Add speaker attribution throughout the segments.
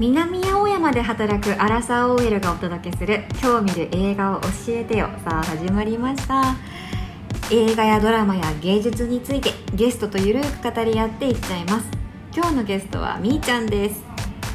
Speaker 1: 南青山で働くアラサー OL がお届けする「今日見る映画を教えてよ」さあ始まりました映画やドラマや芸術についてゲストとゆるく語り合っていっちゃいます今日のゲストはみーちゃんです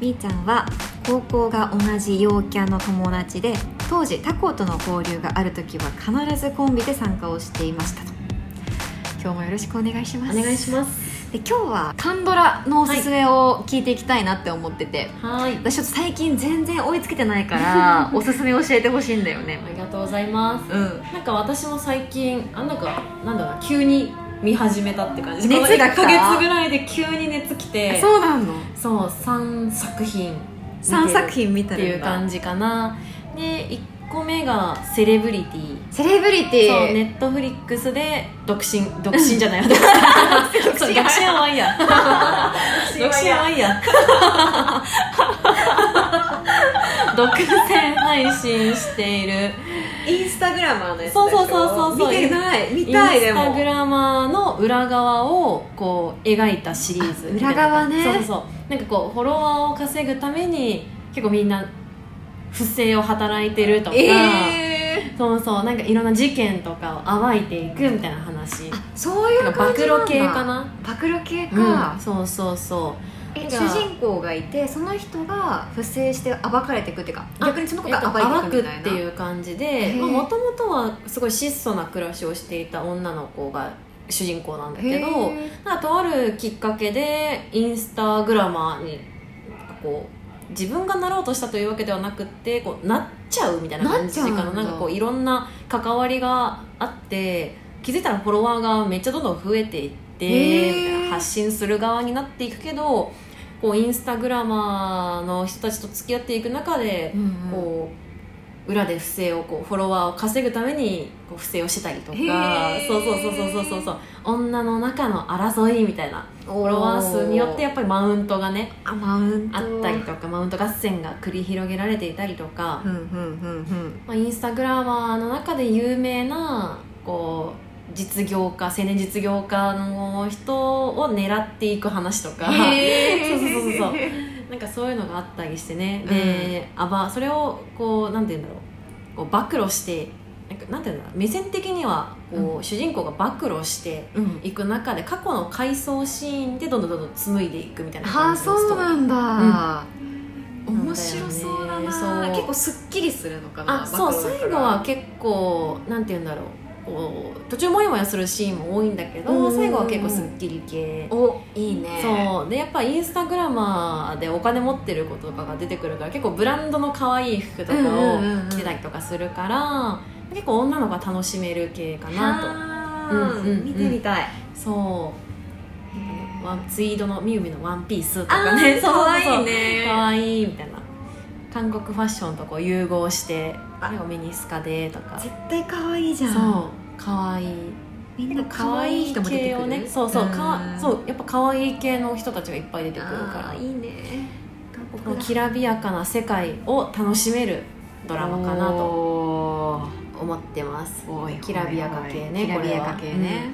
Speaker 1: みーちゃんは高校が同じ陽キャの友達で当時他校との交流がある時は必ずコンビで参加をしていましたと今日もよろしくお願いします
Speaker 2: お願いします
Speaker 1: で今日はカンドラのおすすめを聞いていきたいなって思ってて、
Speaker 2: はい
Speaker 1: 私ちょっと最近全然追いつけてないから おすすめ教えてほしいんだよね
Speaker 2: ありがとうございます
Speaker 1: うん
Speaker 2: なんか私も最近あなんかなんだろうな急に見始めたって感じ
Speaker 1: 熱が来た
Speaker 2: 1ヶ月ぐらいで急に熱きて
Speaker 1: そうなの
Speaker 2: そう3作品
Speaker 1: 3作品見
Speaker 2: ったていう感
Speaker 1: じ
Speaker 2: じかなで1個目がセレブリティ
Speaker 1: セレブリ
Speaker 2: そう
Speaker 1: ティ
Speaker 2: ネットフリックスで独 身独身じゃないそう独身はワイヤ独身はワイヤ独占配信している
Speaker 1: インスタグラマーのやつ
Speaker 2: そうそうそうそうそう
Speaker 1: 見てない見
Speaker 2: イン
Speaker 1: たいで
Speaker 2: スタ
Speaker 1: も
Speaker 2: グラマーの裏側をこう描いたシリーズ
Speaker 1: あ裏側ね
Speaker 2: そうそうそうなんかこうフォロワーを稼ぐために結構みんな不正を働いてるとか、
Speaker 1: え
Speaker 2: そうそうなんかいろんな事件とかを暴いていくみたいな話
Speaker 1: ー、あそういう
Speaker 2: なんか
Speaker 1: 感
Speaker 2: 暴
Speaker 1: じなんだ
Speaker 2: 露系かな
Speaker 1: 暴露系か、
Speaker 2: うん、そうそうそう
Speaker 1: え
Speaker 2: が
Speaker 1: 主人公がいてその人が不正して暴かれていくっていうか
Speaker 2: あ
Speaker 1: 逆にその子
Speaker 2: えっと
Speaker 1: が暴
Speaker 2: 暴
Speaker 1: い
Speaker 2: く
Speaker 1: ていくみ
Speaker 2: った
Speaker 1: いな、
Speaker 2: ていう感じで
Speaker 1: へー
Speaker 2: もともとはすごい質素な暮らしをしていた女の子が主人公なんだけ
Speaker 1: へ
Speaker 2: ど、
Speaker 1: ー
Speaker 2: なんかとあるきっかけでインスタグラマーにこう自分がなろうとしたというわけではなくってこうなっちゃうみたいな感じかな
Speaker 1: なっちゃ
Speaker 2: な
Speaker 1: うんんだ
Speaker 2: かこういろんな関わりがあって気づいたらフォロワーがめっちゃどんどん増えていって
Speaker 1: へー
Speaker 2: みたいな発信する側になっていくけどこうインスタグラマーの人たちと付き合っていく中で
Speaker 1: うんうん
Speaker 2: こう裏で不正をこうフォロワーを稼ぐためにこう不正をしてたりとか
Speaker 1: へー
Speaker 2: そうそうそうそうそうそう女の中の争いみたいなフォロワー数によってやっぱりマウントがね
Speaker 1: あマウント
Speaker 2: あったりとかマウント合戦が繰り広げられていたりとか
Speaker 1: う、んうんうん
Speaker 2: まあ、インスタグラマーの中で有名なこう実業家青年実業家の人を狙っていく話とか
Speaker 1: うん。へー
Speaker 2: そうそうそうそうなんかそういうのがあったりしてねで、あばそれをこうなんて言うんだろうこう暴露してなんかなんて言うんだろう目線的にはこう、主人公が暴露して
Speaker 1: うん
Speaker 2: いく中で過去の回想シーンでどんどんどんどん紡いでいくみたいな
Speaker 1: あ
Speaker 2: 感
Speaker 1: あ
Speaker 2: じの
Speaker 1: そ
Speaker 2: スト
Speaker 1: う
Speaker 2: ーリー
Speaker 1: なんだ、
Speaker 2: うん
Speaker 1: 面白そうだな
Speaker 2: なんだよねそう
Speaker 1: 結構すっきりするのかな
Speaker 2: あそう
Speaker 1: 暴露だか
Speaker 2: 最後
Speaker 1: ら
Speaker 2: は結構なんて言うんだろうこう途中モヤモヤするシーンも多いんだけ
Speaker 1: う
Speaker 2: ど
Speaker 1: ん
Speaker 2: 最後は結構すっきり系
Speaker 1: おいいね
Speaker 2: そうでやっぱインスタグラマーでお金持ってる子とかが出てくるから結構ブランドの可愛い服とか
Speaker 1: う
Speaker 2: を
Speaker 1: んうんうんうん
Speaker 2: 着てたりとかするから結構女の子が楽しめる系かなと
Speaker 1: な
Speaker 2: うんうんうん
Speaker 1: 見てみたい、
Speaker 2: そうワンツイードのみゆみのワンピースと
Speaker 1: あ
Speaker 2: かね
Speaker 1: ーかわ
Speaker 2: そうそう
Speaker 1: い
Speaker 2: そ
Speaker 1: いうね
Speaker 2: かわいいみたいな韓国ファッションとこう融合して
Speaker 1: あ
Speaker 2: でもミニスカでとか
Speaker 1: 絶対可愛いじゃん
Speaker 2: そう可愛い
Speaker 1: みん
Speaker 2: で
Speaker 1: な
Speaker 2: も
Speaker 1: 可愛い人も出て
Speaker 2: 系
Speaker 1: く
Speaker 2: を
Speaker 1: る
Speaker 2: ねそうそうかわ
Speaker 1: ん
Speaker 2: そうやっぱ可愛い系の人たちがいっぱい出てくる
Speaker 1: あ
Speaker 2: か
Speaker 1: ーいいね韓
Speaker 2: らこ
Speaker 1: 国
Speaker 2: の
Speaker 1: だ
Speaker 2: きらびやかな世界を楽しめるドラマかなと
Speaker 1: と
Speaker 2: 思ってます
Speaker 1: き
Speaker 2: きらびやか系ね
Speaker 1: きらびやか系ね、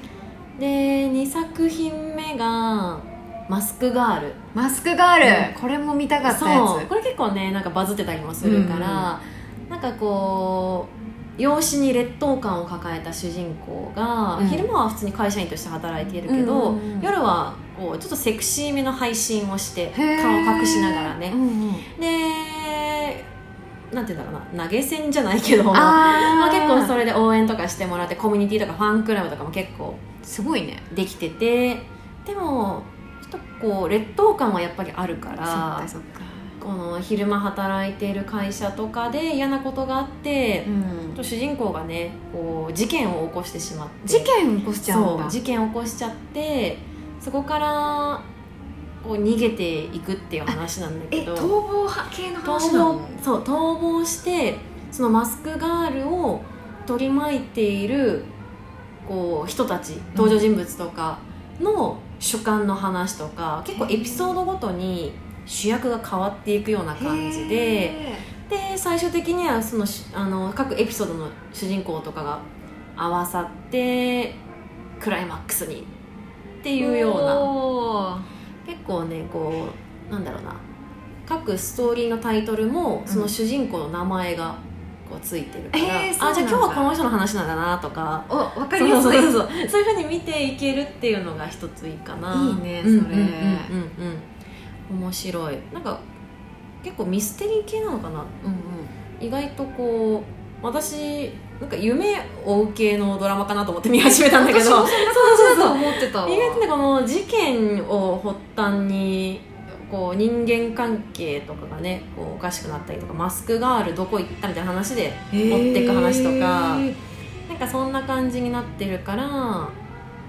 Speaker 2: で2作品目が「マスクガール
Speaker 1: マスクガール、
Speaker 2: う
Speaker 1: これも見た」かったや
Speaker 2: そうこれ結構ねなんかバズってたりもするから、なんかこう養子に劣等感を抱えた主人公が、
Speaker 1: うん
Speaker 2: 昼間は普通に会社員として働いている
Speaker 1: つ
Speaker 2: けど、
Speaker 1: うんうんうん
Speaker 2: 夜はこうちょっとセクシーめの配信をして
Speaker 1: へー
Speaker 2: 顔を隠しながら
Speaker 1: う
Speaker 2: ね
Speaker 1: んうん
Speaker 2: でなんて言うんだろうな投げ銭じゃないけどま
Speaker 1: あ
Speaker 2: あ、結構そ
Speaker 1: れ
Speaker 2: れで応援とかしてもらってコミュニティとかファンクラブとかも結構
Speaker 1: すごいね
Speaker 2: できててでもちょっとこう劣等感はやっぱりあるから
Speaker 1: そっかそっか
Speaker 2: この昼間働いている会社とかで嫌なことがあって、
Speaker 1: うん
Speaker 2: 主人公がねこう事件を起こしてしまって
Speaker 1: 事件起こしちゃうん
Speaker 2: そ
Speaker 1: だ
Speaker 2: う事件を起こしちゃってそこからこう逃げていくっていう話なんだ
Speaker 1: え
Speaker 2: けど
Speaker 1: 逃亡系の話
Speaker 2: 逃
Speaker 1: な
Speaker 2: 亡
Speaker 1: の
Speaker 2: そう逃亡してそのマスクガールを取り巻いているこう人たち登場人物とかの主観の話とか、結構エピソードごとに主役が変わっていくような感じで。
Speaker 1: へ
Speaker 2: で最終的にはそのしあの各エピソードの主人公とかが合わさってクライマックスにって
Speaker 1: ー
Speaker 2: いうような
Speaker 1: おー
Speaker 2: 結構ねこうなんだろうな各ストーリーのタイトルも
Speaker 1: ん
Speaker 2: その主人公の名前がこうついてるから、
Speaker 1: えーそうなんだ
Speaker 2: あじゃあ今日はこの人の話なんだなとか
Speaker 1: お分か
Speaker 2: そう
Speaker 1: りやすい
Speaker 2: そうそうそうそういうふうに見ていけるっていうのが一ついいかないい
Speaker 1: いね
Speaker 2: うんうん
Speaker 1: それ
Speaker 2: うんうんうん面白いなんか結構ミステリー系なのかな
Speaker 1: うんうん
Speaker 2: 意外とこう私なんか夢を追う系のドラマかなと思って見始めたんだけ
Speaker 1: 私
Speaker 2: ど
Speaker 1: もそんな感じだと思ってたわ
Speaker 2: 意外となんかもう事件を発端にこう人間関係とかがねこうおかしくなったりとかマスクガールどこ行ったみたいな話で持ってく話とか
Speaker 1: へー
Speaker 2: なんかそんな感じになってるからま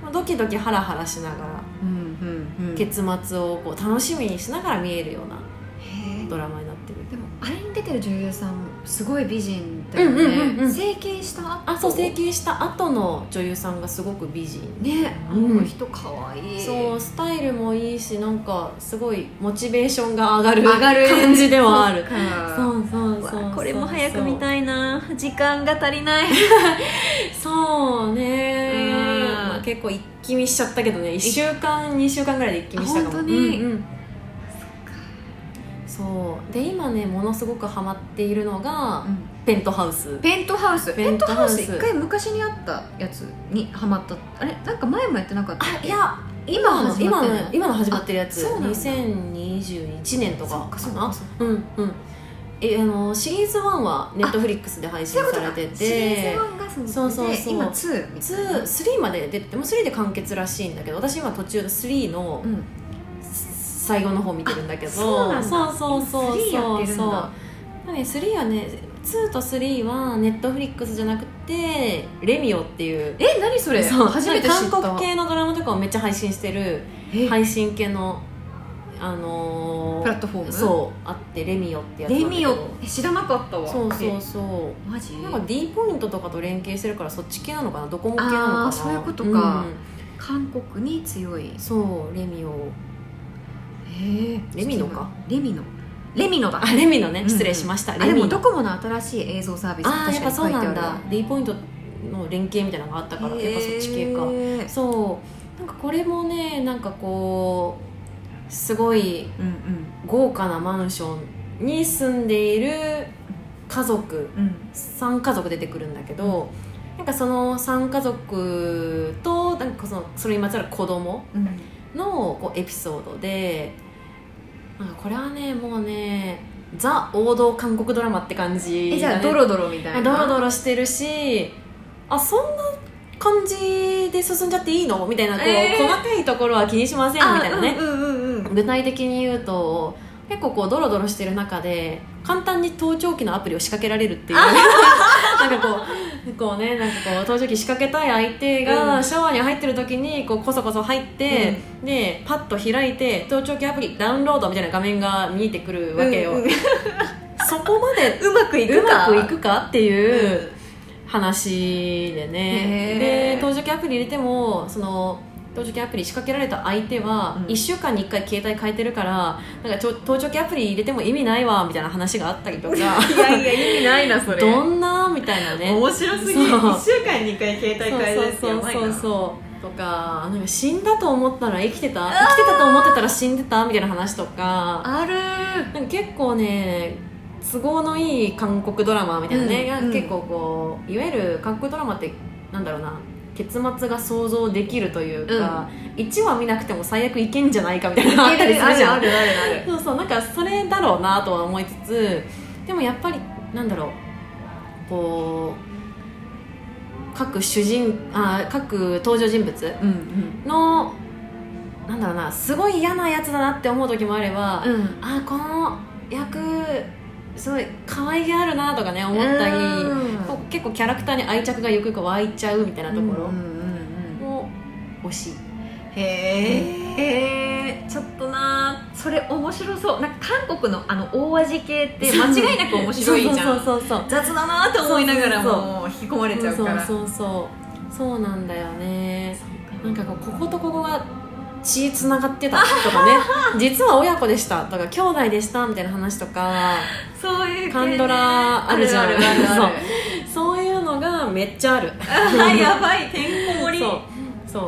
Speaker 2: あドキドキハラハラしながら
Speaker 1: うんうんうん
Speaker 2: 結末をこう楽しみにしながら見えるような
Speaker 1: へー
Speaker 2: ドラマになってる
Speaker 1: でもあれに出てる女優さんすごい美人だよね、
Speaker 2: うんうんうんうん
Speaker 1: 整形した
Speaker 2: あそう整形した後の女優さんがすごく美人
Speaker 1: ねあの人かわいい、
Speaker 2: そうスタイルもいいしなんかすごいモチベーションが上がる
Speaker 1: 上がる
Speaker 2: 感じではある
Speaker 1: そっか
Speaker 2: そうそうそう
Speaker 1: わ
Speaker 2: そう
Speaker 1: これも早く見たいな時間が足りない
Speaker 2: そうね
Speaker 1: うん
Speaker 2: まあ、結構一気見しちゃったけどね1週間2週間ぐらいで一気見したかも
Speaker 1: あ本当に
Speaker 2: うんうんそうで今ねものすごくハマっているのが、ペントハウス
Speaker 1: ペントハウスペ
Speaker 2: ペ
Speaker 1: ン
Speaker 2: ン
Speaker 1: ト
Speaker 2: ト
Speaker 1: ハ
Speaker 2: ハ
Speaker 1: ウ
Speaker 2: ウ
Speaker 1: ス
Speaker 2: ス
Speaker 1: 一回昔にあったやつにハマったあれなんか前もやってなかったっけ
Speaker 2: や
Speaker 1: 今
Speaker 2: 今の
Speaker 1: 始ま
Speaker 2: 今
Speaker 1: って
Speaker 2: の今の始まってるやつ
Speaker 1: あそうなんだ
Speaker 2: 2021年と
Speaker 1: そ
Speaker 2: か
Speaker 1: っか
Speaker 2: か
Speaker 1: そっ
Speaker 2: な
Speaker 1: かそっか
Speaker 2: うんうんえあのシリーズ1はネットフリックスで配
Speaker 1: そ
Speaker 2: 信
Speaker 1: ういうこ
Speaker 2: さ
Speaker 1: と
Speaker 2: れ
Speaker 1: か
Speaker 2: て
Speaker 1: シリー
Speaker 2: て
Speaker 1: ズ1がその
Speaker 2: そうそうそう
Speaker 1: 今2みたいな
Speaker 2: 23まで出ててもう3で完結らしいんだけど私今途中の3の
Speaker 1: うん
Speaker 2: 最後の方見てるんだけど
Speaker 1: あそうなんだ
Speaker 2: そうそうそう
Speaker 1: 3やっ
Speaker 2: そ
Speaker 1: て
Speaker 2: う
Speaker 1: るんだ
Speaker 2: そうでもね3はね2と3はネットフリックスじゃなくてレミオっていう
Speaker 1: え何それ
Speaker 2: そう
Speaker 1: 初めて知った
Speaker 2: 韓国系のドラマとかをめっちゃ配信してる
Speaker 1: え
Speaker 2: 配信系のあのー
Speaker 1: プラットフォーム
Speaker 2: そうあってレミオってやつなん
Speaker 1: レ
Speaker 2: だけ
Speaker 1: ミ
Speaker 2: ど
Speaker 1: オえ知らなかったわ
Speaker 2: そうそう
Speaker 1: え
Speaker 2: そ
Speaker 1: マジ
Speaker 2: うなんか D ポイントとかと連携してるからそっち系なのかなドコモ系なのか
Speaker 1: あー
Speaker 2: な
Speaker 1: そういうことか
Speaker 2: うん
Speaker 1: 韓国に強い
Speaker 2: そうレミオ
Speaker 1: え
Speaker 2: レミノか
Speaker 1: レミノレミノだ
Speaker 2: あレミのね
Speaker 1: うん
Speaker 2: 失礼しました、
Speaker 1: あ
Speaker 2: レ
Speaker 1: で
Speaker 2: ミ
Speaker 1: もドコモの新しい映像サービスも
Speaker 2: あーや
Speaker 1: 確
Speaker 2: っ
Speaker 1: か
Speaker 2: ぱ
Speaker 1: に
Speaker 2: そ
Speaker 1: 書
Speaker 2: う
Speaker 1: いて
Speaker 2: な
Speaker 1: あ
Speaker 2: ん
Speaker 1: るわ
Speaker 2: だ D ポイントの連携みたいなのがあったからやっぱそっち系か
Speaker 1: へー
Speaker 2: そうなんかこれもねなんかこうすごい
Speaker 1: うん
Speaker 2: 豪華なマンションに住んでいる家族
Speaker 1: うんうん
Speaker 2: 3家族出てくるんだけど、なんかその3家族となんかそのそれにまつわる子供
Speaker 1: うん
Speaker 2: のこうエピソードでなんかこれはねもうねザ王道韓国ドラマって感じ、
Speaker 1: えじゃあドロドロみた
Speaker 2: あ
Speaker 1: い
Speaker 2: ド
Speaker 1: な
Speaker 2: ロドロしてるしあそんな感じで進んじゃっていいのみたいなこう、
Speaker 1: えー
Speaker 2: 細かいところは気にしませんみたいなね、
Speaker 1: あうんうんうんうん
Speaker 2: 具体的に言うと結構こうドロドロしてる中で簡単に盗聴器のアプリを仕掛けられるっていう なんかこうこうねなんかこう盗聴器仕掛けたい相手
Speaker 1: う
Speaker 2: が
Speaker 1: ん
Speaker 2: シャワーに入ってる時にこうこそこそ入って、でパッと開いて盗聴器アプリダウンロードみたいな画面が見えてくるわけよ、
Speaker 1: うんうん
Speaker 2: そこまで
Speaker 1: うまくいうく
Speaker 2: ま
Speaker 1: か
Speaker 2: くいくかっていう、
Speaker 1: うん
Speaker 2: 話で
Speaker 1: へ
Speaker 2: ね
Speaker 1: ー
Speaker 2: で盗聴器アプリ入れてもその盗聴器アプリ仕掛けられた相手は
Speaker 1: うん
Speaker 2: 1週間に1回携帯変えてるからなんかちょ盗聴器アプリ入れても意味ないわみたいな話があった りとか
Speaker 1: いやいや意味ないなそれ
Speaker 2: どんなみたいなね
Speaker 1: 面白すぎ
Speaker 2: そう
Speaker 1: 1週間に1回携帯
Speaker 2: そう
Speaker 1: 変えるやつ
Speaker 2: そ
Speaker 1: や
Speaker 2: う
Speaker 1: ばい
Speaker 2: そう
Speaker 1: な
Speaker 2: そうとかなんか死んだと思ったら生きてた生きてたと思ってたら死んでたみたいな話とか
Speaker 1: ある
Speaker 2: なんか結構ね都合のいい韓国ドラマみたいなね、
Speaker 1: うんうん
Speaker 2: 結構こういわゆる韓国ドラマってなんだろうな結末が想像できるというか、一1話見なくても最悪いけんじゃないかみたいなのあったりするじゃん
Speaker 1: あるあるあるある
Speaker 2: そうそうなんかそれだろうなとは思いつつでもやっぱりなんだろうこう各主人あ各登場人物
Speaker 1: うん
Speaker 2: のなんだろうなすごい嫌なやつだなって思う時もあれば、
Speaker 1: うんうん
Speaker 2: あこの役すごい可愛げあるなとかね思ったり
Speaker 1: うん
Speaker 2: こう結構キャラクターに愛着がゆくゆく湧いちゃうみたいなと
Speaker 1: う
Speaker 2: こ
Speaker 1: んうん
Speaker 2: ろ
Speaker 1: うんうん
Speaker 2: も推しい、
Speaker 1: へえちょっとなそれ面白そうなんか韓国のあの大味系 って間違いなく面白いじゃん
Speaker 2: そうそうそうそう
Speaker 1: 雑だなと思いながら
Speaker 2: そうそう
Speaker 1: もう引き込まれちゃうから
Speaker 2: そうそうそうそうなんだよねなんかこうこことここが血つながってたとかね実は親子でしたとか兄弟でしたみたいな話とか
Speaker 1: そういう系ね
Speaker 2: カンドラあるじゃん
Speaker 1: あるあるある
Speaker 2: そういうのがめっちゃある
Speaker 1: あやばいてんこ盛り
Speaker 2: そうそ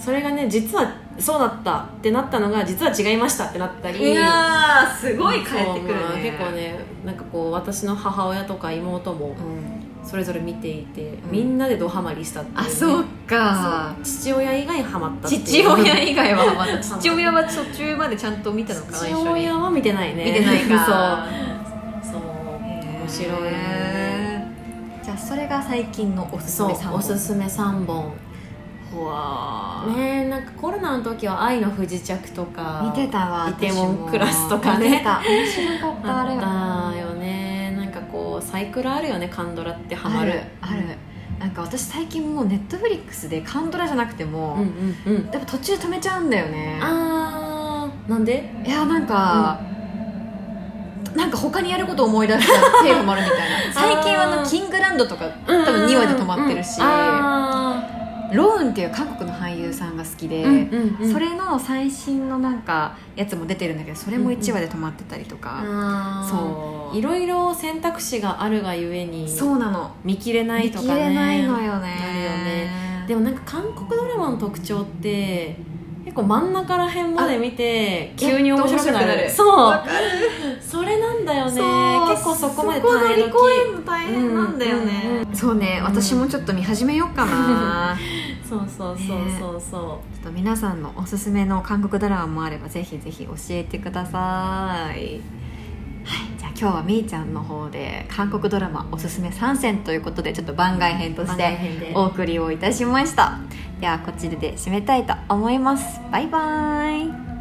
Speaker 2: うそれがね実はそうだったってなったのが実は違いましたってなったり
Speaker 1: いやーすごい帰ってく
Speaker 2: そうま
Speaker 1: る
Speaker 2: あ
Speaker 1: ね
Speaker 2: 結構ねなんかこう私の母親とか妹も
Speaker 1: うん
Speaker 2: それぞれ見ていて、
Speaker 1: ん
Speaker 2: みんなでドハマりしたっていうね、
Speaker 1: あそうか
Speaker 2: そう父親以外ハマったっていう
Speaker 1: 父親以外は まだ
Speaker 2: そう
Speaker 1: 父親は途中までちゃんと見たのかな
Speaker 2: 父
Speaker 1: 一緒に
Speaker 2: 親は見てないね
Speaker 1: 見てないか
Speaker 2: そうそう面
Speaker 1: 面
Speaker 2: 白いよね
Speaker 1: ねじゃあそれが最近のおすす
Speaker 2: そ
Speaker 1: め
Speaker 2: うおすすめ3本
Speaker 1: めわー
Speaker 2: ねえなんかコロナの時は「愛の不時着」とか
Speaker 1: 見てたわ
Speaker 2: イテ
Speaker 1: 私
Speaker 2: ウォンクラスとかね
Speaker 1: 見てた面白かったあれ
Speaker 2: あったよねなんかこうサイクルあるよねカンドラってハマ
Speaker 1: あ
Speaker 2: る
Speaker 1: るあるなんか私最近もうネットフリックスでカンドラじゃなくて
Speaker 2: う
Speaker 1: も、
Speaker 2: んうんうん
Speaker 1: やっぱ途中止めちゃうんだよね
Speaker 2: あーなんで
Speaker 1: いやなんか、なんか他にやること思い出したテーマもあるみたいな最近はあ
Speaker 2: あ
Speaker 1: の
Speaker 2: ー
Speaker 1: キングランドとか多分2話で止まってるし、
Speaker 2: うんあ
Speaker 1: ローンっていう韓国の俳優さんが好きで、
Speaker 2: ーうんうんうん
Speaker 1: それの最新のなんかやつも出てるんだけどそれも1話で止まってたりとか、
Speaker 2: あー
Speaker 1: そう
Speaker 2: いろいろ選択肢があるがゆえに
Speaker 1: そうなの
Speaker 2: 見切れない
Speaker 1: 見
Speaker 2: と
Speaker 1: 切
Speaker 2: かね
Speaker 1: れないのよね
Speaker 2: なるよねで
Speaker 1: でも
Speaker 2: もなんか韓国ドラマの特徴って結構真ん中ら辺まで見て急に面白くなる
Speaker 1: やっと
Speaker 2: そ
Speaker 1: 面白
Speaker 2: う
Speaker 1: くなる
Speaker 2: それなんだよね
Speaker 1: そう
Speaker 2: 結構そこまで
Speaker 1: そこ乗り
Speaker 2: 耐え
Speaker 1: 越
Speaker 2: 時
Speaker 1: えるの大変なんだよね、
Speaker 2: うんう
Speaker 1: そうね私もちょっと見始めようか な
Speaker 2: そうそうそうそうそ
Speaker 1: ちょっと皆さんのおすすめの韓国ドラマもあればぜひぜひ教えてくださいはいじゃあ今日はみーちゃんの方で韓国ドラマおすすめ3選ということでちょっと番外編と
Speaker 2: う
Speaker 1: して
Speaker 2: 番外編で
Speaker 1: お送りをいたしましたではこちらで締めたいと思いますバイバイ